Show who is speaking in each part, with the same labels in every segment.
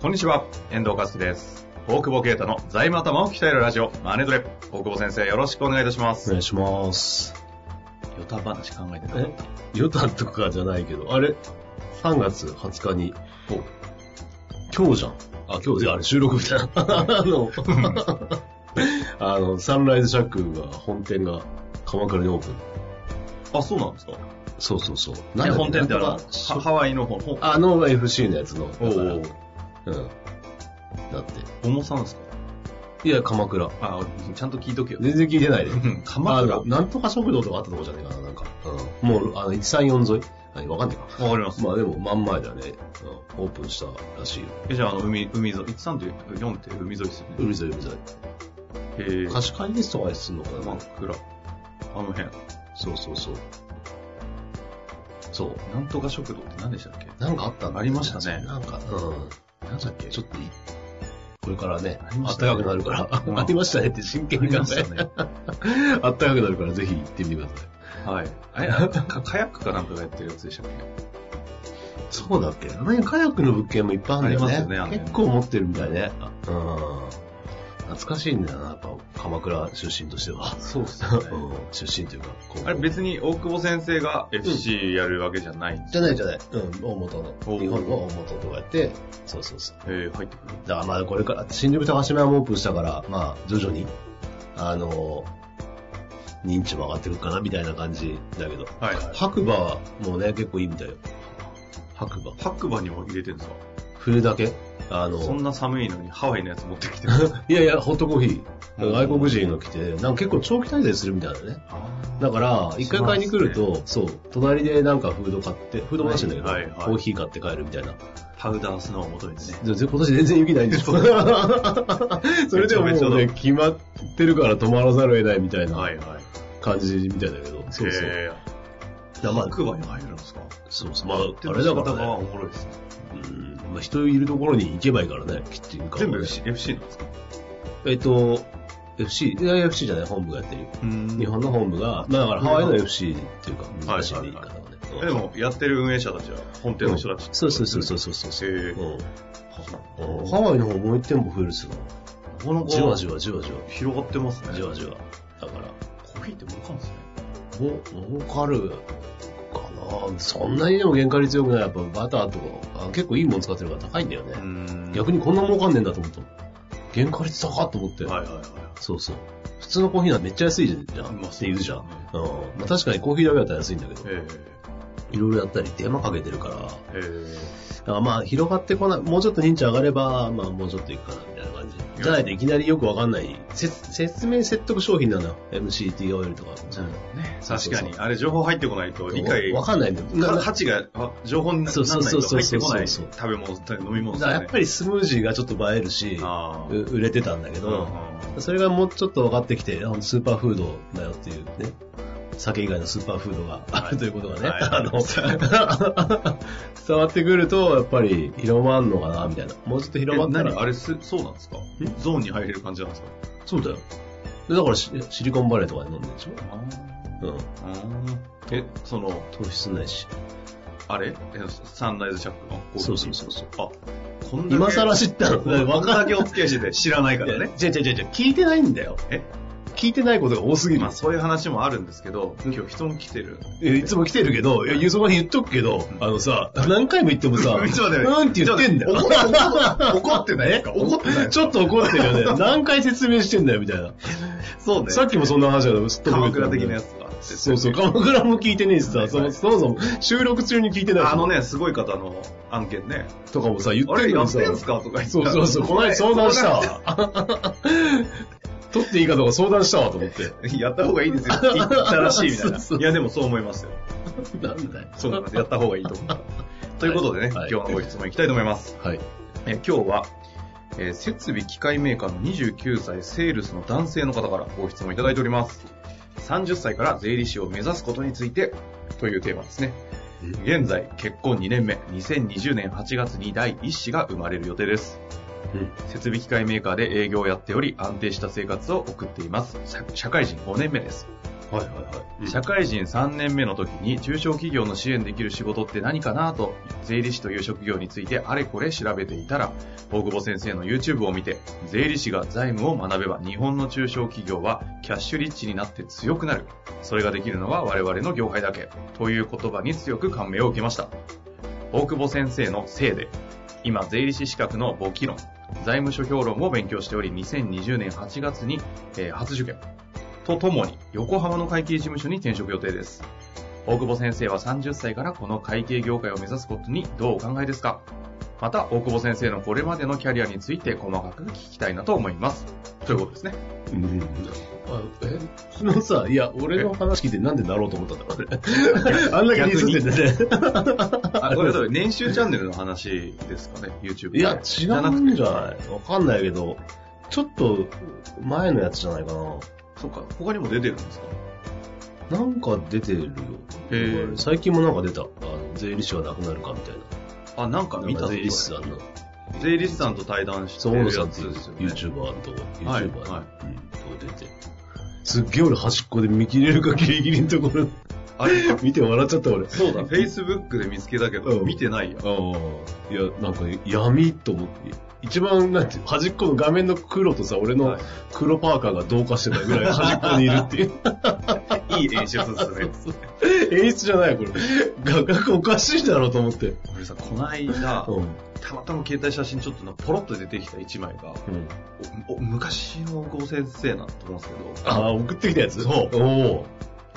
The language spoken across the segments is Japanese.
Speaker 1: こんにちは、遠藤和樹です。大久保啓太の財務頭を鍛えるラジオ、マネトレ。大久保先生、よろしくお願いいたしま
Speaker 2: お
Speaker 1: す。
Speaker 2: 願いします。
Speaker 1: ヨタ話考えてなかっ
Speaker 2: えヨタとかじゃないけど、あれ ?3 月20日に、今日じゃん。あ、今日で、あれ収録みたいな。 あの、あの、サンライズシャックが、本店が鎌倉にオープン。
Speaker 1: た。あ、そうなんですか
Speaker 2: そうそうそう。
Speaker 1: え本店ってあの、
Speaker 2: なん
Speaker 1: は
Speaker 2: とかしょ
Speaker 1: ハワイの方、ほ
Speaker 2: あの FC のやつの。だか
Speaker 1: お
Speaker 2: ら
Speaker 1: う
Speaker 2: う
Speaker 1: お
Speaker 2: ん
Speaker 1: う。
Speaker 2: だって。
Speaker 1: 重さんですか
Speaker 2: いや、鎌倉。
Speaker 1: あ、俺ちゃんと聞いとけよ。
Speaker 2: 全然聞いてないで。
Speaker 1: うん鎌
Speaker 2: あ
Speaker 1: 倉。わ
Speaker 2: の、なんとか食堂とかあったとこじゃねえかな、なんか。うん。もう、あの、134沿い。はい、わかんないか。
Speaker 1: かります。
Speaker 2: まあでも、真ん前だね。うん、オープンしたらしいよ。
Speaker 1: えじゃあ、あの、海、海沿い、134って海沿いですよね。
Speaker 2: 海沿い海沿い。
Speaker 1: へぇー。
Speaker 2: 貸し借りですとかにすんのかな、
Speaker 1: 真っ暗。あの辺。
Speaker 2: そうそうそう。そう。
Speaker 1: なんとか食堂って何でしたっけ
Speaker 2: なんかあったんだよ
Speaker 1: ありましたね
Speaker 2: なんか、うん。なんだっけちょっといいこれからね、
Speaker 1: あり
Speaker 2: 暖
Speaker 1: ましたね
Speaker 2: かくなるから、
Speaker 1: うん
Speaker 2: ありましたねって真剣に考えて、
Speaker 1: ね。
Speaker 2: 暖かくなるからぜひ行ってみてくださ い。
Speaker 1: はい。あれ、なんかカヤックかなんかがやってるやつでしたっけ
Speaker 2: そうだっけあの辺カヤックの物件もいっぱいあるんだよね。
Speaker 1: ありますよねあの辺
Speaker 2: 結構持ってるみたいね。うん。懐かしいんだよな、やっぱ鎌倉出身としては。
Speaker 1: そうっす
Speaker 2: う。ん出身というか、こう
Speaker 1: あれ別に大久保先生が FC やるわけじゃないんです
Speaker 2: じゃないじゃない。うん、大元の。
Speaker 1: おう
Speaker 2: 日本の大元とかやって、そうそうそう。
Speaker 1: えー、入ってくる。
Speaker 2: だからまあこれから、新宿高島屋もオープンしたから、まあ徐々に、あのー認知も上がってくるかなみたいな感じだけど。
Speaker 1: はい。
Speaker 2: 白馬もね、結構いいみたいよ。白馬。
Speaker 1: 白馬にも入れてるんですか
Speaker 2: 冬だけあ
Speaker 1: そん
Speaker 2: の、
Speaker 1: な寒いのにハワイのやつ持ってきて る。
Speaker 2: いやいや、ホットコーヒ
Speaker 1: う
Speaker 2: ー。
Speaker 1: ん
Speaker 2: 外国人が来て、なんか結構長期滞在するみたいだね。だから、一回買いに来ると、そう、隣でなんかフード買って、フードも出してんだけど、
Speaker 1: はいはいはい
Speaker 2: コーヒー買って帰るみたいな。
Speaker 1: パウダースノーを求めてね。
Speaker 2: 全然今年全然雪ないんで しょそれでも
Speaker 1: めちゃ
Speaker 2: もう
Speaker 1: めちゃ
Speaker 2: ね、決まってるから止まらざるを得ないみたいな
Speaker 1: はいはい。
Speaker 2: 感じみたいだけど。そうそう。
Speaker 1: え
Speaker 2: だ
Speaker 1: ー
Speaker 2: まあ
Speaker 1: 白馬に入るんですか
Speaker 2: そうそう。まあ、あれだから、
Speaker 1: は
Speaker 2: ね、
Speaker 1: おもろいですね。
Speaker 2: うん。まあ、人いるところに行けばいいからね、キッチンカー
Speaker 1: 全
Speaker 2: も
Speaker 1: 部
Speaker 2: ね
Speaker 1: FC, FC なんですか
Speaker 2: えっと、FC、いや FC じゃない、本部がやってるよ。
Speaker 1: うん
Speaker 2: 日
Speaker 1: で
Speaker 2: 本の本部が、まあだからハワイの FC っていうか、難しい言い方がね。うん
Speaker 1: も、やってる運営者たちは本店の人たち。
Speaker 2: そうそうそうそうそうそう。
Speaker 1: へー
Speaker 2: うんうんハ
Speaker 1: は
Speaker 2: ワイの方もう一店舗増えるっすよ。
Speaker 1: なかなか
Speaker 2: じわじわじわじわ。
Speaker 1: 広がってますね。
Speaker 2: じわじわ。だから、
Speaker 1: コーヒーって儲かるんですね。
Speaker 2: も儲かるかなそんなにでも原価率良くない。やっぱバターとか、あ結構いいもの使ってるから高いんだよね。
Speaker 1: ん
Speaker 2: 逆にこんな儲かんねえんだと思ったもん。原価率高っと思って。
Speaker 1: はいはいは
Speaker 2: そうそう。普通のコーヒーならめっちゃ安いじゃん。
Speaker 1: まあ
Speaker 2: って言うじゃん。
Speaker 1: そううんだね
Speaker 2: まあ、確かにコーヒーだけだったら安いんだけど
Speaker 1: い。、え
Speaker 2: いろいろやったり手間かけてるから、
Speaker 1: ー、えー。
Speaker 2: だからまあ広がってこない、もうちょっと認知上がれば、まあもうちょっといくかなみたいな感じ。じゃないといきなりよくわかんない、せ説明説得商品なのよ。MCT オイルとか。
Speaker 1: ね、
Speaker 2: そうそ
Speaker 1: 確
Speaker 2: うそう
Speaker 1: かに、あれ情報入ってこないと理解
Speaker 2: わかんないんだよ。
Speaker 1: か価値があ情報になら
Speaker 2: そう
Speaker 1: な
Speaker 2: そ
Speaker 1: いうと
Speaker 2: そうそう
Speaker 1: 入ってこない
Speaker 2: そう
Speaker 1: 食
Speaker 2: そう
Speaker 1: べ物だ飲み物
Speaker 2: だからやっぱ
Speaker 1: り
Speaker 2: りスムージーがちょっと映えるし、
Speaker 1: あ
Speaker 2: う売れてたんだけ
Speaker 1: あ、うん
Speaker 2: ど、それがもうちょっと分かってきて、あのスーパーフードだよっていうね、酒以外のスーパーフードがあるということがね、
Speaker 1: はい
Speaker 2: あの 伝わってくると、やっぱり広まんのかな、みたいな。もうちょっと広ま
Speaker 1: え
Speaker 2: った
Speaker 1: 何
Speaker 2: ら、
Speaker 1: あれすそうなんですかゾーンに入れる感じなんですか
Speaker 2: そうだよ。でだからシシリコンバレーとかで飲んでるでしょ
Speaker 1: あ
Speaker 2: うん。
Speaker 1: ーえその
Speaker 2: 糖質ないし。
Speaker 1: あれえサンライズシャックのコーヒー
Speaker 2: そうそうそうそう。
Speaker 1: あこんだけ
Speaker 2: 今更知ったの。
Speaker 1: わか
Speaker 2: わ
Speaker 1: ん
Speaker 2: か
Speaker 1: だ
Speaker 2: ん
Speaker 1: けお付き合いしてて知らないからね。
Speaker 2: じゃじゃじゃじゃ聞いてないんだよ。
Speaker 1: え
Speaker 2: 聞いてないことが多すぎる
Speaker 1: まあ。そういう話もあるんですけど、今日人も来てる。
Speaker 2: えいつも来てるけど、いや、ゆそばに言っとくけど、あのさ、何回も言ってもさ、
Speaker 1: いつまで
Speaker 2: なんて言ってんだよ。
Speaker 1: 怒って怒ってない ですか
Speaker 2: え
Speaker 1: 怒ってないです
Speaker 2: ちょっと怒って るよね。何回説明してんだよ、みたいな。
Speaker 1: そうね。
Speaker 2: さっきもそんな話だよ、すっと
Speaker 1: 鎌
Speaker 2: 僕
Speaker 1: 倉
Speaker 2: 言って
Speaker 1: 的
Speaker 2: た
Speaker 1: な
Speaker 2: も
Speaker 1: や
Speaker 2: んね
Speaker 1: つが。
Speaker 2: そうそう、鎌倉も聞いてねえし
Speaker 1: は
Speaker 2: さ、
Speaker 1: い
Speaker 2: そもそもそも収録中に聞いてないし
Speaker 1: あのね、すごい方の案件ね。
Speaker 2: とかもさ、言っ
Speaker 1: あ
Speaker 2: て
Speaker 1: れ
Speaker 2: るの
Speaker 1: や
Speaker 2: に
Speaker 1: っ
Speaker 2: さ
Speaker 1: て、んすかとか言って。
Speaker 2: そうそうそう、この間相談したわ。 取っていいかどうか相談したわと思って。
Speaker 1: やった方がいいです よ。言ったらしいみたい
Speaker 2: そ
Speaker 1: な。
Speaker 2: うそう
Speaker 1: いや、でもそう思いますよ。
Speaker 2: なんだよ。
Speaker 1: そうなんです。やった方がいいと思 った。ということでね、
Speaker 2: はい
Speaker 1: 今日のご質問いきたいと思います。
Speaker 2: はい。
Speaker 1: えー今日は、えー設備機械メーカーの29歳セールスの男性の方からご質問いただいております。30歳から税理士を目指すことについてというテーマですね。現在、結婚2年目、2020年8月に第1子が生まれる予定です。
Speaker 2: うん
Speaker 1: 設備機械メーカーで営業をやっており、安定した生活を送っています。社社会人5年目です。
Speaker 2: はいはいはい。
Speaker 1: 社会人3年目の時に中小企業の支援できる仕事って何かなと税理士という職業についてあれこれ調べていたら大久保先生の YouTube を見て税理士が財務を学べば日本の中小企業はキャッシュリッチになって強くなるそれができるのは我々の業界だけという言葉に強く感銘を受けました大久保先生のせいで今税理士資格の簿記論財務諸表論を勉強しており2020年8月に、えー初受験とともに横浜の会計事務所に転職予定です大久保先生は30歳からこの会計業界を目指すことにどうお考えですかまた大久保先生のこれまでのキャリアについて細かく聞きたいなと思いますということですね
Speaker 2: うん。あえそのさ、いや、俺の話聞いてなんでなろうと思ったんだろうね。あんだけディスってんだよね。
Speaker 1: あこれは年収チャンネルの話ですかね YouTube
Speaker 2: いや、違うんじゃないわかんないけど、ちょっと前のやつじゃないかな。
Speaker 1: そっか他にも出てるんですか
Speaker 2: なんか出てるよ。
Speaker 1: へー
Speaker 2: 最近もなんか出た。あの税理士はなくなるかみたいな。
Speaker 1: あなんか見た
Speaker 2: なん
Speaker 1: ぞ
Speaker 2: か税理士さんの、
Speaker 1: 税理士さんと対談して
Speaker 2: そう、
Speaker 1: る
Speaker 2: 大野
Speaker 1: や
Speaker 2: さんって
Speaker 1: つ
Speaker 2: いう
Speaker 1: ですよね
Speaker 2: YouTuber と、
Speaker 1: はい
Speaker 2: YouTuber
Speaker 1: は
Speaker 2: うんと出て。すっげえ俺端っこで見切れるかギリギリのところ
Speaker 1: あれ
Speaker 2: 見て笑っちゃった俺。
Speaker 1: そうだ Facebook で見つけたけど
Speaker 2: うん
Speaker 1: 見てないや
Speaker 2: ああ、いや、なんか闇と思って、一番なんていう端っこの画面の黒とさ、俺の
Speaker 1: はい
Speaker 2: 黒パーカーが同化してたぐ らい端っこにいるっていう。
Speaker 1: いい演 出ですね
Speaker 2: 演出じゃない、これ。画角おかしいだろうと思って。
Speaker 1: 俺さこないだ
Speaker 2: うん。
Speaker 1: たまたま携帯写真ちょっとなポロッと出てきた一枚が
Speaker 2: うん、
Speaker 1: おお昔の大久保先生なんだと思うんですけど
Speaker 2: ああ、送ってきたやつそう。おー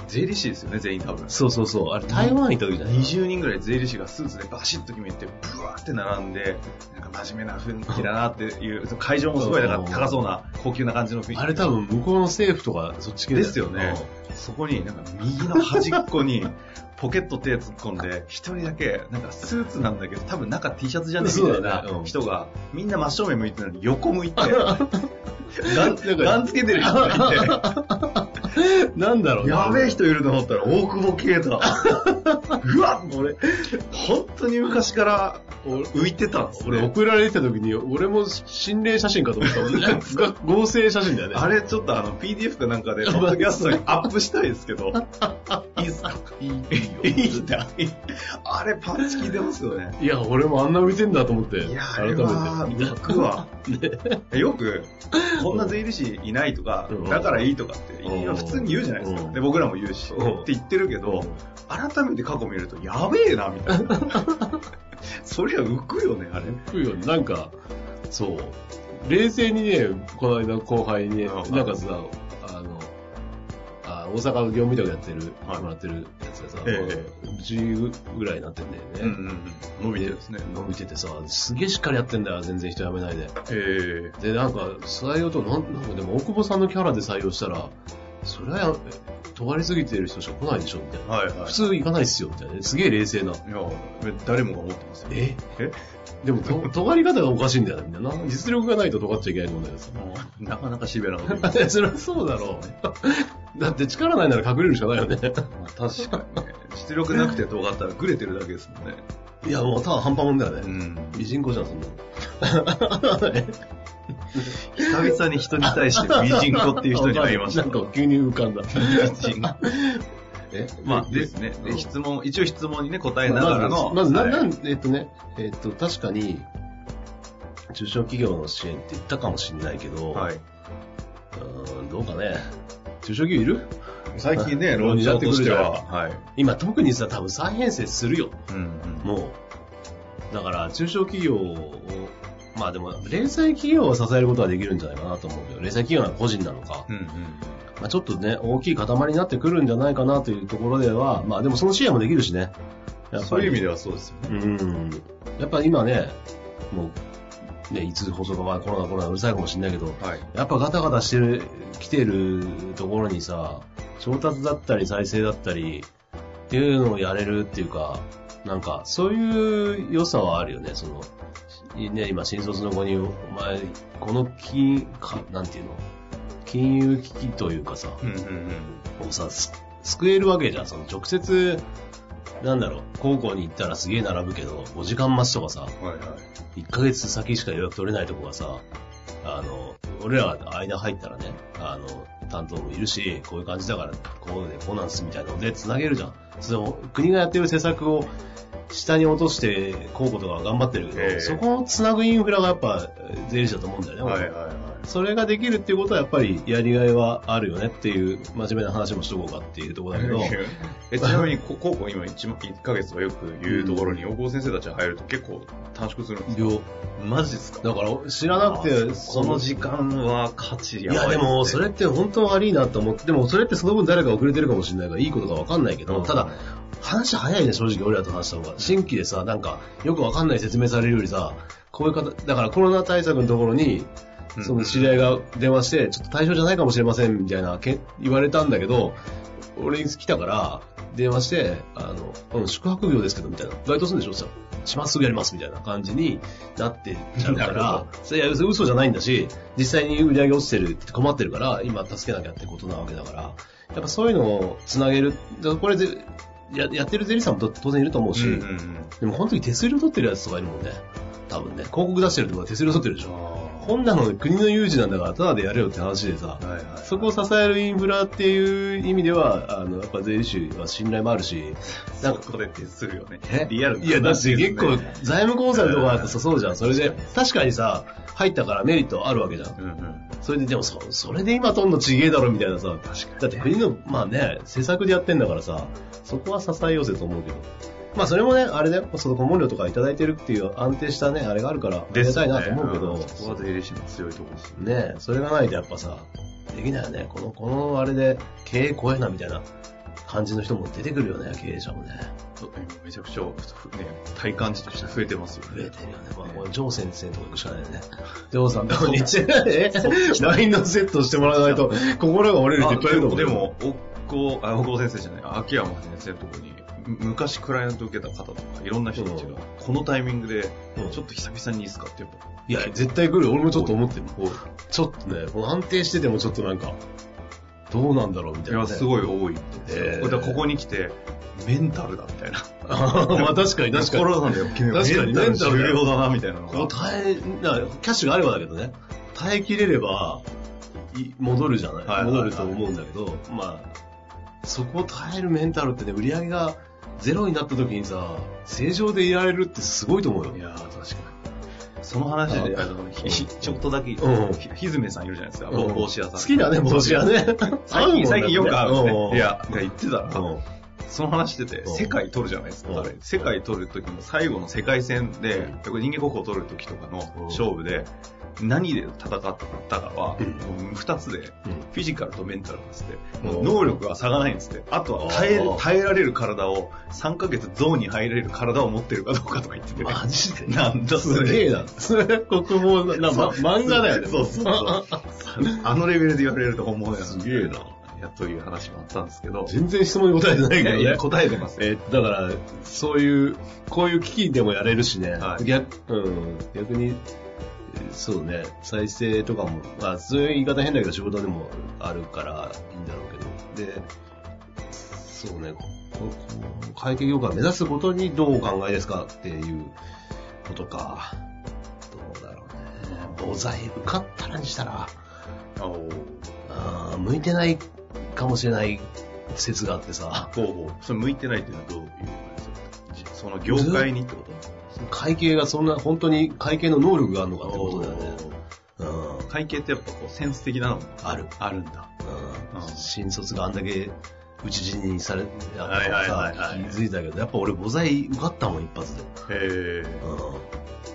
Speaker 1: 税理士ですよね全員多分
Speaker 2: そうそうそう。あれ、台湾行った時じゃない
Speaker 1: 20人ぐらい税理士がスーツでバシッと決めてブワーって並んでなんか真面目な雰囲気だなっていう会場もすごいだから高そうな高級な感じの雰囲気
Speaker 2: あれ多分向こうの政府とかそっち系だ
Speaker 1: ですよね。そこに、なんか右の端っこに、ポケット手突っ込んで、一人だけ、なんかスーツなんだけど、多分中 T シャツじゃねえみたい
Speaker 2: そうだねう
Speaker 1: なん人が、みんな真正面向いてるのに横向いて、ガン、
Speaker 2: か
Speaker 1: ガンつけてる人が
Speaker 2: うんなんだろ
Speaker 1: いうて、
Speaker 2: ね
Speaker 1: やべえ人いると思ったら、大久保啓太。うわ俺、本当に昔から浮いてたんです
Speaker 2: 俺
Speaker 1: ね。
Speaker 2: 送られてきた時に、俺も心霊写真かと思った もんね。が合成写真だよね。
Speaker 1: あれちょっとあの PDF かなんかで、ポッドキャストにアップしたいですけど、いいっすか
Speaker 2: いいよ
Speaker 1: いいんだ。あれパンチ効いてますよね。
Speaker 2: いや、俺もあんな浮いてんだと思って。
Speaker 1: いや、あ
Speaker 2: 改
Speaker 1: れ
Speaker 2: めて。
Speaker 1: は、僕は、よく、こんな税理士いないとか
Speaker 2: うん、
Speaker 1: だからいいとかって、
Speaker 2: うん
Speaker 1: いや普通に言うじゃないです
Speaker 2: う
Speaker 1: か。
Speaker 2: ん
Speaker 1: で、僕らも言うし、
Speaker 2: うん
Speaker 1: って言ってるけど、改めて過去見ると、やべえな、みたい な。そりゃ浮くよね、あれ。
Speaker 2: うん。よなんか、そう。冷静にね、この間の後輩にね、
Speaker 1: うん
Speaker 2: なんかさ、あの、あ大阪の業務委託やってる、
Speaker 1: はい
Speaker 2: もらってるやつがさ、
Speaker 1: え
Speaker 2: うちぐらいになってんだよね。
Speaker 1: 伸びてるですね。
Speaker 2: 伸びててさ、すげえしっかりやってんだよ、全然人辞めないで。
Speaker 1: え
Speaker 2: で、なんか、採用と、なんなんかでも、大久保さんのキャラで採用したら、それはや、尖りすぎてる人しか来ないでしょ、みたい
Speaker 1: え
Speaker 2: な。
Speaker 1: はいは
Speaker 2: 普通行かないっすよ、みたいなね。すげえ冷静な。
Speaker 1: い。いや、誰もが思ってますよ。
Speaker 2: え
Speaker 1: え
Speaker 2: でも、と尖り方がおかしいんだよね、みんなな。実力がないと尖っちゃいけないと思うんだけどさ。
Speaker 1: もうなかなかシビアなこと言い ます
Speaker 2: い やそりゃそうだろう。 だって力ないなら隠れるしかないよね。
Speaker 1: まあ確かにね。出力なくて動画あったらグレてるだけですもんね。
Speaker 2: いや、もうただ半端もんだよ
Speaker 1: う。ん。
Speaker 2: 美人子じゃん、そんなの。
Speaker 1: 久々に人に対して美人子っていう人に会い ました。
Speaker 2: なんか急に浮かんだ。
Speaker 1: 美人子
Speaker 2: え
Speaker 1: まあですね。
Speaker 2: う
Speaker 1: で
Speaker 2: ん
Speaker 1: 質問、一応質問にね、答えながらの。
Speaker 2: まず、まず
Speaker 1: は
Speaker 2: ないんなん、えっとね、えっと、確かに、中小企業の支援って言ったかもしれないけど、
Speaker 1: はい。
Speaker 2: うーん、どうかね。中小企業いる
Speaker 1: 最近 ね、
Speaker 2: 論
Speaker 1: 論
Speaker 2: 者
Speaker 1: 者
Speaker 2: と
Speaker 1: と
Speaker 2: し
Speaker 1: してて
Speaker 2: は
Speaker 1: は。はい。
Speaker 2: 今特にさ、多分再編成するよ。
Speaker 1: うんうん。
Speaker 2: もう。だから、中小企業を、まあでも、零細企業を支えることはできるんじゃないかなと思うけど、零細企業は個人なのか、
Speaker 1: うんうん。
Speaker 2: まあ、ちょっとね、大きい塊になってくるんじゃないかなというところでは、まあでもその支援もできるしね。やっぱり
Speaker 1: そういう意味ではそうですよね。
Speaker 2: うん。やっぱ今ね、もう、ね、いつ放送か、まあ、コロナコロナうるさいかもしれないけど、
Speaker 1: はい。
Speaker 2: やっぱガタガタしてる、来てるところにさ、調達だったり再生だったり、っていうのをやれるっていうか、なんか、そういう良さはあるよね、その、ね、今、新卒の子に、お前、この金、か、なんていうの、金融危機というかさ、
Speaker 1: うんうんうん。
Speaker 2: をさ、す救えるわけじゃん、その直接、なんだろう、高校に行ったらすげえ並ぶけど、5時間待ちとかさ、
Speaker 1: はいはい。
Speaker 2: 1ヶ月先しか予約取れないとこがさ、あの、俺らが間入ったらね、あの、担当もいるし、こういう感じだから、こうで、こうなんすみたいなので、繋げるじゃん。その、国がやってる施策を、下に落として、高校とかは頑張ってるけど、
Speaker 1: ええ
Speaker 2: そこを繋ぐインフラがやっぱ、税理士だと思うんだよね、俺
Speaker 1: はいはいは
Speaker 2: それができるっていうことはやっぱりやりがいはあるよねっていう真面目な話もしとこうかっていうところだけど、
Speaker 1: い。えちなみに、こ高校今 1, 1ヶ月とかよく言うところに、横尾先生たちが入ると結構短縮するんですよ。
Speaker 2: よ
Speaker 1: マジですか
Speaker 2: だから知らなくて、
Speaker 1: この時間は価値
Speaker 2: い
Speaker 1: やばい
Speaker 2: やでもそれって本当悪いなと思って、でもそれってその分誰か遅れてるかもしれないからいいことかわかんないけど、ただ、話早いね正直俺らと話した方が。新規でさ、なんかよくわかんない説明されるよりさ、こういう方、だからコロナ対策のところに、
Speaker 1: うん
Speaker 2: その知り合いが電話して、ちょっと対象じゃないかもしれませんみたいなけ言われたんだけど、俺に来たから、電話して、あの、うん、宿泊業ですけど、みたいな。該当するんでしょって言ったらします、すぐやります、みたいな感じになってっちゃうか
Speaker 1: なる
Speaker 2: ら、それいや、嘘嘘じゃないんだし、実際に売り上げ落ちてる、困ってるから、今助けなきゃってことなわけだから、やっぱそういうのをつなげる、だからこれで、ややってるゼリーさんもと当然いると思うし、
Speaker 1: うんうんうん。
Speaker 2: でも本当に手数料取ってるやつとかいるもんね。多分ね、広告出してるとか手数料取ってるでしょ。こんなの国の有事なんだから、ただでやれよって話でさ、
Speaker 1: はいはい。
Speaker 2: そこを支えるインフラっていう意味では、あの、やっぱ税理士は信頼もあるし、な
Speaker 1: なんん
Speaker 2: か
Speaker 1: かこれってするよね。
Speaker 2: え
Speaker 1: リアルない
Speaker 2: や、だって
Speaker 1: 話で
Speaker 2: 結
Speaker 1: すね
Speaker 2: 構、財務コンサルとかやっぱそうじゃん。それで、確かにさ、入ったからメリットあるわけじゃん。
Speaker 1: うんうん。
Speaker 2: それで、でもそ、それで今とんのちげえだろみたいなさ、だって国の、まあね、政策でやってんだからさ、そこは支えようぜと思うけど。まあそれもね、あれだよ、その顧問料とかいただいてるっていう安定したね、あれがあるから、ありがたいなと思うけど、
Speaker 1: そこは税理士の強いところですよ。
Speaker 2: ねえ、それがないとやっぱさ、できないよね。この、このあれで、経営怖いなみたいな感じの人も出てくるよね、経営者もね。
Speaker 1: めちゃくちゃ、ね、体感値として増えてますよ
Speaker 2: 増え
Speaker 1: ね。
Speaker 2: てるよね。まあ、これ、ジョー先生のとこ行くしかないよね。ジョーさんと こに行って、え ?LINE のセットしてもらわないと、心が折れるっていっぱいいるの
Speaker 1: あでも、でもおっこ、あ、おこ先生じゃない、秋山先生のとこに、む昔クライアント受けた方とか、いろんな人たち
Speaker 2: うん
Speaker 1: が、このタイミングで、
Speaker 2: うん
Speaker 1: ちょっと久々にいいっすかって、やっぱ、
Speaker 2: いや、絶対来る。俺もちょっと思ってる。
Speaker 1: おい
Speaker 2: ちょっとね、この安定しててもちょっとなんか、どうなんだろうみたい
Speaker 1: い
Speaker 2: な、ね。
Speaker 1: や、すごい多いって言ってたよ
Speaker 2: えー
Speaker 1: だからここに来て、メンタルだ、みたいな。
Speaker 2: あ ーまあ確かに確か
Speaker 1: コ
Speaker 2: に。
Speaker 1: ロナで君は
Speaker 2: 確か
Speaker 1: メ
Speaker 2: に
Speaker 1: ンタル
Speaker 2: メンタルだ
Speaker 1: 重
Speaker 2: よ
Speaker 1: 要だな、みたいなの
Speaker 2: こう
Speaker 1: が。
Speaker 2: 耐え、なキャッシュがあればだけどね、耐えきれれば、い戻るじゃない,、
Speaker 1: はいはいはい
Speaker 2: 戻ると思うんだけど、まあ、そこを耐えるメンタルってね、売り上げがゼロになった時にさ、正常でいられるってすごいと思うよ。
Speaker 1: いやー、確かに。その話で、
Speaker 2: あ
Speaker 1: あの、ひひちょっとだけ、
Speaker 2: うん
Speaker 1: ひひずめさんいるじゃないですか、
Speaker 2: うん
Speaker 1: 帽子屋さん。
Speaker 2: 好きだね、帽子屋ね。
Speaker 1: 最近、最近よく会うんですね。い
Speaker 2: いや、
Speaker 1: や、なんか言ってた
Speaker 2: う
Speaker 1: ら、
Speaker 2: ん
Speaker 1: その話してて、
Speaker 2: うん
Speaker 1: 世界取るじゃないですか、
Speaker 2: うん
Speaker 1: あれ世界取る時の最後の世界戦で、
Speaker 2: うん
Speaker 1: これ人間国宝取る時とか
Speaker 2: うん
Speaker 1: の勝負で、何で戦ったかは、
Speaker 2: うん
Speaker 1: もう2つで、フィジカルとメンタルなんですって。
Speaker 2: うん
Speaker 1: 能力は差がないんですって。あとは耐え
Speaker 2: うん
Speaker 1: 耐えられる体を、3ヶ月ゾーンに入れる体を持ってるかどうかとか言ってて。
Speaker 2: マ ジで
Speaker 1: なんだそ
Speaker 2: す
Speaker 1: れ。
Speaker 2: げえ な。それ、国宝な、なま、漫画だよね。
Speaker 1: そうそうそう。あのレベルで言われると本物やな。
Speaker 2: すげえな。
Speaker 1: いや、という話もあったんですけど。
Speaker 2: 全然質問に答えてないけど
Speaker 1: いやいや
Speaker 2: ね。
Speaker 1: 答えてますよ。
Speaker 2: えーだから、そういう、こういう危機でもやれるしね、
Speaker 1: はい
Speaker 2: 逆うん、逆に、えーそうね、再生とかも、まあ、そういう言い方変だけど、仕事でもあるからいいんだろうけど、で、そうね、こここ会計業界を目指すことにどうお考えですかっていうことか、どうだろうね、防災受かったらにしたら、
Speaker 1: あお
Speaker 2: あー向いてないかもしれない説があってさ、
Speaker 1: ほうほう。それ向いてないっていうのはどういうことですかその業界にってこと
Speaker 2: 会計がそんな、本当に会計の能力があるのかってことだよね。うん。
Speaker 1: 会計ってやっぱこうセンス的なのも
Speaker 2: ある。
Speaker 1: あるんだ。
Speaker 2: うん。
Speaker 1: うん
Speaker 2: 新卒があんだけ、打ち死にされ、やったからさ、
Speaker 1: はいはいはいはい
Speaker 2: 気づいたけど、やっぱ俺、母材受かったもん、一発で。
Speaker 1: へえ。
Speaker 2: うん。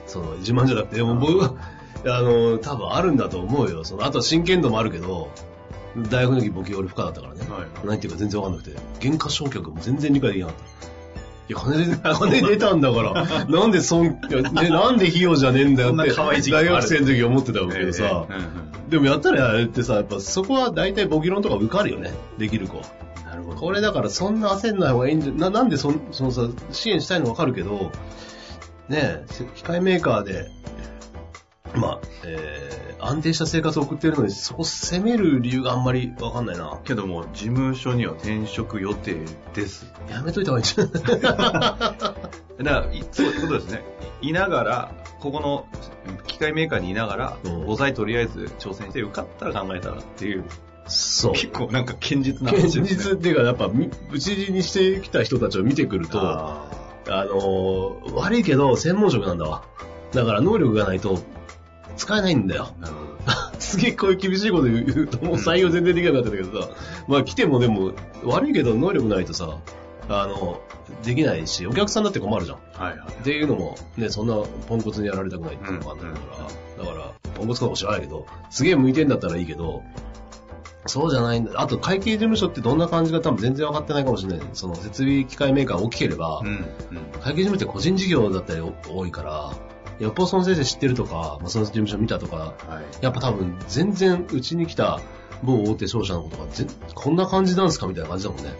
Speaker 2: その、自慢じゃなくて、でも僕は、あの、多分あるんだと思うよ。その、あとは真剣度もあるけど、大学の時、簿記俺不可だったからね。
Speaker 1: はい
Speaker 2: 何言っていうか全然わかんなくて、原価償却も全然理解できなかった。いや、金出 た、金出たんだから、なんでそん、いやね、なんで費用じゃねえんだよ
Speaker 1: そん
Speaker 2: っ
Speaker 1: な
Speaker 2: て、
Speaker 1: 可愛い時期もあ
Speaker 2: 大
Speaker 1: る
Speaker 2: 学生の時思ってた
Speaker 1: え
Speaker 2: けどさ、
Speaker 1: えうん
Speaker 2: でもやったらやれってさ、やっぱそこは大体ボキロンとか受かるよね。できる子。
Speaker 1: うんなるほど。
Speaker 2: これだからそんな焦んない方がいいんじゃ、ななんでそんそのさ、支援したいのわかるけど、ねえ、せ機械メーカーで、まあ、えー、安定した生活を送ってるのに、そこ責める理由があんまりわかんないな。
Speaker 1: けども、事務所には転職予定です。
Speaker 2: やめといた方がいいんじゃない
Speaker 1: だから、いそういうことですね。いいながら、ここの機械メーカーにいながら、
Speaker 2: うん
Speaker 1: お材とりあえず挑戦して受かったら考えたらっていう、
Speaker 2: そう。
Speaker 1: 結構なんか堅実な
Speaker 2: 現
Speaker 1: 話ですね。
Speaker 2: 実っていうか、やっぱ、みうちにしてきた人たちを見てくると、あ
Speaker 1: あ
Speaker 2: のー悪いけど、専門職なんだわ。だから能力がないと、使えないんだよ。
Speaker 1: ーなるほど。
Speaker 2: すげえこういう厳しいこと言うと、もう採用全然できなくなってたけどさ、まあ来てもでも、悪いけど能力ないとさ、あの、できないし、お客さんだって困るじゃん。っ
Speaker 1: はいはい。
Speaker 2: ていうのも、ね、そんなポンコツにやられたくないっていうのがあるんだから、だから、ポンコツかもしれないけど、すげえ向いてんだったらいいけど、そうじゃないんだ。あと会計事務所ってどんな感じか多分全然分かってないかもしれない。その設備機械メーカー大きければ、
Speaker 1: うん。うん。
Speaker 2: 会計事務って個人事業だったり多いから、よっぽどその先生知ってるとか、まあ、その事務所見たとか、
Speaker 1: はい。
Speaker 2: やっぱ多分全然うちに来た某大手商社のことがぜこんな感じなんすかみたいな感じだもんね。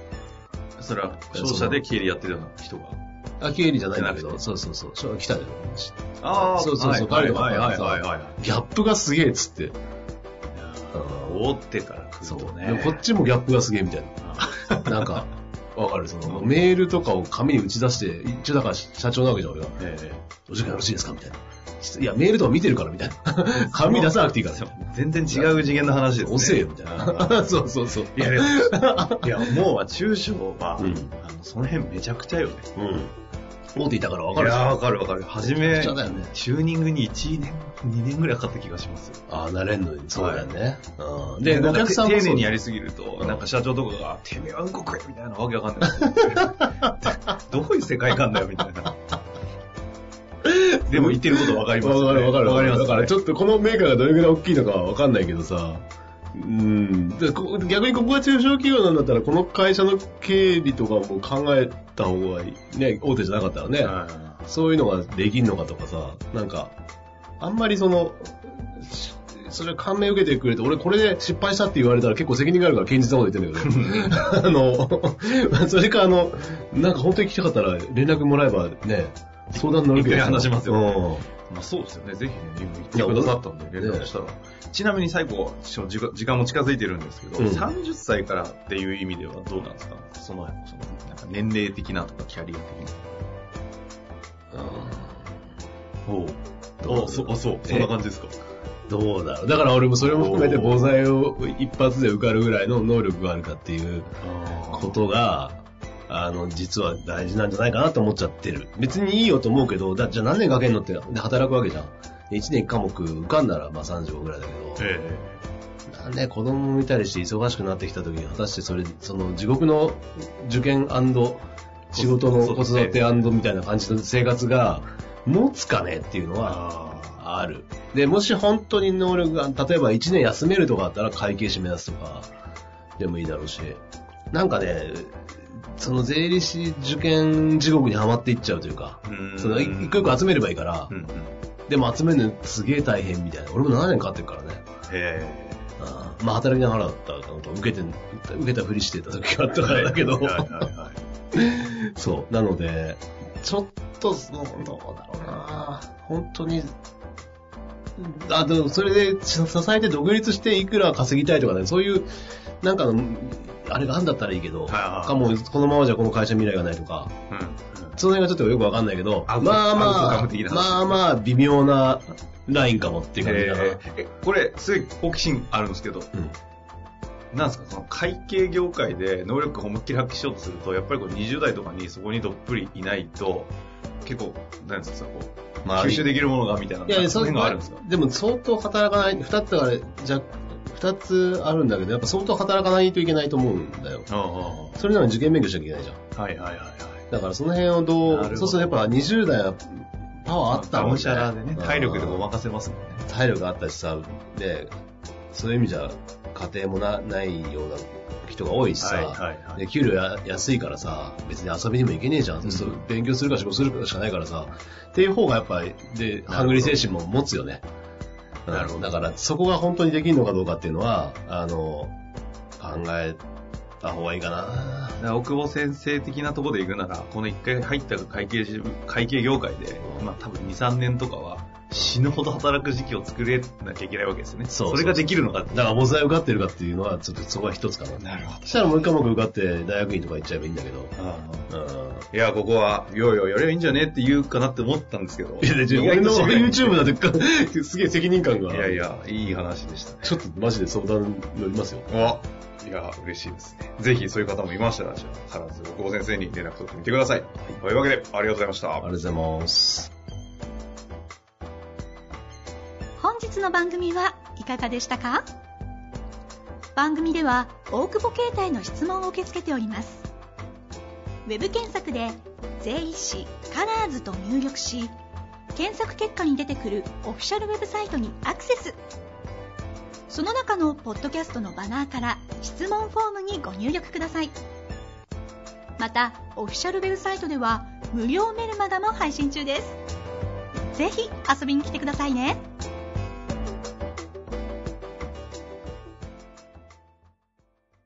Speaker 1: それは、商社で経理やってるような人が。
Speaker 2: あ、経理じゃないんだけ
Speaker 1: じゃな
Speaker 2: ど、
Speaker 1: く
Speaker 2: そうそうそう、商社来たじゃん。
Speaker 1: ああ、
Speaker 2: そうそうそう
Speaker 1: はい
Speaker 2: 彼が
Speaker 1: はいはいはい
Speaker 2: ギャップがすげえっつって。
Speaker 1: はい。大手から来
Speaker 2: そ
Speaker 1: ると
Speaker 2: う
Speaker 1: ね。
Speaker 2: でもこっちもギャップがすげえみた いな。なんか、わかるそのメールとかを紙に打ち出して、一応だから社長なわけじゃん、俺は。
Speaker 1: ええ
Speaker 2: お時間よろしいですかみたいな。ちょっといや、メールとか見てるからみたいな。 紙出さなくていいから。
Speaker 1: 全然違う次元の話ですね。
Speaker 2: 遅えよみたいな。 そうそうそう。
Speaker 1: いや、でも、いや、もうは中小は、
Speaker 2: うん
Speaker 1: あのその辺めちゃくちゃよね。
Speaker 2: うん。大手いたからわ
Speaker 1: わ
Speaker 2: かるじゃん。
Speaker 1: わかるわかる。はじ
Speaker 2: めち
Speaker 1: め
Speaker 2: ゃくちゃだよね、
Speaker 1: チューニングに1年、2年ぐらいかかった気がします。
Speaker 2: ああ、なれんのに。そうだよね。うん。
Speaker 1: で、
Speaker 2: で、
Speaker 1: お
Speaker 2: お
Speaker 1: 客
Speaker 2: 客
Speaker 1: さん
Speaker 2: さん
Speaker 1: 丁
Speaker 2: も
Speaker 1: 寧
Speaker 2: そう
Speaker 1: にやりすぎると、
Speaker 2: うん
Speaker 1: なんか社長とかが、てめえはうんこ食えみたいなわけわかん ない。どういう世界観だよ、みたいな。でも言ってることわかりますよね
Speaker 2: わかる
Speaker 1: わ
Speaker 2: わかる。
Speaker 1: かります
Speaker 2: だからちょっとこのメーカーがどれぐらい大きいのかはわかんないけどさ、うん。でこ逆にここが中小企業なんだったら、この会社の経理とかも考えた方がいい。ね、大手じゃなかったらね、
Speaker 1: うん
Speaker 2: そういうのができんのかとかさ、なんか、あんまりその、しそれを感銘受けてくれて、俺これで失敗したって言われたら結構責任があるから堅実なこと言って んだけど、あの、それかあの、なんか本当に聞きたかったら連絡もらえばね、相談乗るけど。
Speaker 1: いっぱい話しますよ
Speaker 2: うん
Speaker 1: まあそうですよね。ぜひね、今言ってくださったんで、連絡したら。ちなみに最後、ちょ時間時間も近づいてるんですけど、
Speaker 2: うん
Speaker 1: 30歳からっていう意味ではどうなんですかその、そのなんか年齢的なとかキャリア的な。おう
Speaker 2: どう
Speaker 1: あ、そう、あ、そう。
Speaker 2: え
Speaker 1: そんな感じですか
Speaker 2: どうだろう。だから俺もそれも含めて防災を一発で受かるぐらいの能力があるかっていうこ
Speaker 1: あ
Speaker 2: とが、あの、実は大事なんじゃないかなと思っちゃってる。別にいいよと思うけど、だじゃあ何年かけんのって、で働くわけじゃん。で1年科目受かんなら、まあ35ぐらいだけど、
Speaker 1: え
Speaker 2: なんで子供見たりして忙しくなってきた時に、果たしてそれ、その地獄の受験仕事の子育てみたいな感じの生活が持つかねっていうの
Speaker 1: え
Speaker 2: は、
Speaker 1: あ
Speaker 2: ある。で、もし本当に能力が、例えば1年休めるとかあったら会計士目指すとかでもいいだろうし、なんかね、その税理士受験地獄にはまっていっちゃうというか、
Speaker 1: ー。
Speaker 2: その一個一個集めればいいから
Speaker 1: う、んうん。
Speaker 2: でも集めるのすげえ大変みたいな。俺も7年かかってるからね。
Speaker 1: え
Speaker 2: あーまあ働きながらだったのと受けて、受けたふりしてた時があっ
Speaker 1: え
Speaker 2: たからだけど
Speaker 1: はい、はいはいはい。
Speaker 2: そう。なので、ちょっと、そのどうだろうな本当に、あ、でもそれで支支えて独立していくら稼ぎたいとかね、そういう、なんかの、あれがあんだったらいいけど、
Speaker 1: はいはい
Speaker 2: かもうこのままじゃこの会社未来がないとか、
Speaker 1: うん
Speaker 2: その辺がちょっとよくわかんないけど、
Speaker 1: ア
Speaker 2: ま
Speaker 1: ウ
Speaker 2: あ
Speaker 1: ト
Speaker 2: ま
Speaker 1: アウトカ
Speaker 2: あ
Speaker 1: ム的な、話
Speaker 2: まあまあ微妙なラインかもっていう感じだな。
Speaker 1: えええこれ、すごい好奇心あるんですけど、
Speaker 2: うん
Speaker 1: なんですか、その会計業界で能力を思いっきり発揮しようとすると、やっぱりこう20代とかにそこにどっぷりいないと、結構、なんですか、こう、
Speaker 2: まあ
Speaker 1: 吸収できるものがみたいな、
Speaker 2: いや、そう
Speaker 1: いうのがあるんですか
Speaker 2: でも相当働かない、二つあれ、じゃ、二つあるんだけど、やっぱ相当働かないといけないと思うんだよ。
Speaker 1: ああ
Speaker 2: それなのに受験勉強しなきゃいけないじゃん。
Speaker 1: ああはいはいはいはい。
Speaker 2: だからその辺をど
Speaker 1: なるほ
Speaker 2: う、
Speaker 1: ど
Speaker 2: そうするとやっぱ20代はパワーあった
Speaker 1: が
Speaker 2: もん
Speaker 1: むしゃらでね、体力でご
Speaker 2: うん
Speaker 1: まかせますもんね。
Speaker 2: 体力あったしさ、で、そういう意味じゃ、家庭もなないような人が多いしさ、
Speaker 1: はいはいはい
Speaker 2: で給料や安いからさ、別に遊びにも行けねえじゃん、
Speaker 1: うん
Speaker 2: そう勉強するか仕事するかしかないからさ、っていう方がやっぱり、で、ハングリー精神も持つよね。うん
Speaker 1: なるほど
Speaker 2: だから、そこが本当にできるのかどうかっていうのは、あの、考えた方がいいかな。
Speaker 1: だから大久保先生的なところで行くなら、この一回入った会計事会計業界で、まあ多分2、3年とかは死ぬほど働く時期を作れなきゃいけないわけですよね。
Speaker 2: そうそうそ
Speaker 1: れ
Speaker 2: う
Speaker 1: ができるのか。
Speaker 2: だから、模材受かってるかっていうのは、ちょっとそこは一つかな。
Speaker 1: なるほ
Speaker 2: そしたらもう一科目受かって、大学院とか行っちゃえばいいんだけど。
Speaker 1: ど。
Speaker 2: うん
Speaker 1: いや、ここは、よいよやればいいんじゃねって言うかなって思ったんですけど。
Speaker 2: いや、で俺の YouTube だってか、 すげえ責任感が。
Speaker 1: いやいや、いい話でしたね。
Speaker 2: ちょっとマジで相談乗りますよ。
Speaker 1: あいや、嬉しいですね。ぜひそういう方もいましたら、じゃあ、必ず大久保先生に連絡取ってみてください。というわけで、ありがとうございました
Speaker 2: あ。りがとうございます。
Speaker 3: 本日の番組はいかがでしたか番組では大久保携帯の質問を受け付けておりますウェブ検索で「税理士カラーズと入力し検索結果に出てくるオフィシャルウェブサイトにアクセスその中のポッドキャストのバナーから質問フォームにご入力くださいまたオフィシャルウェブサイトでは無料メルマガも配信中ですぜひ遊びに来てくださいね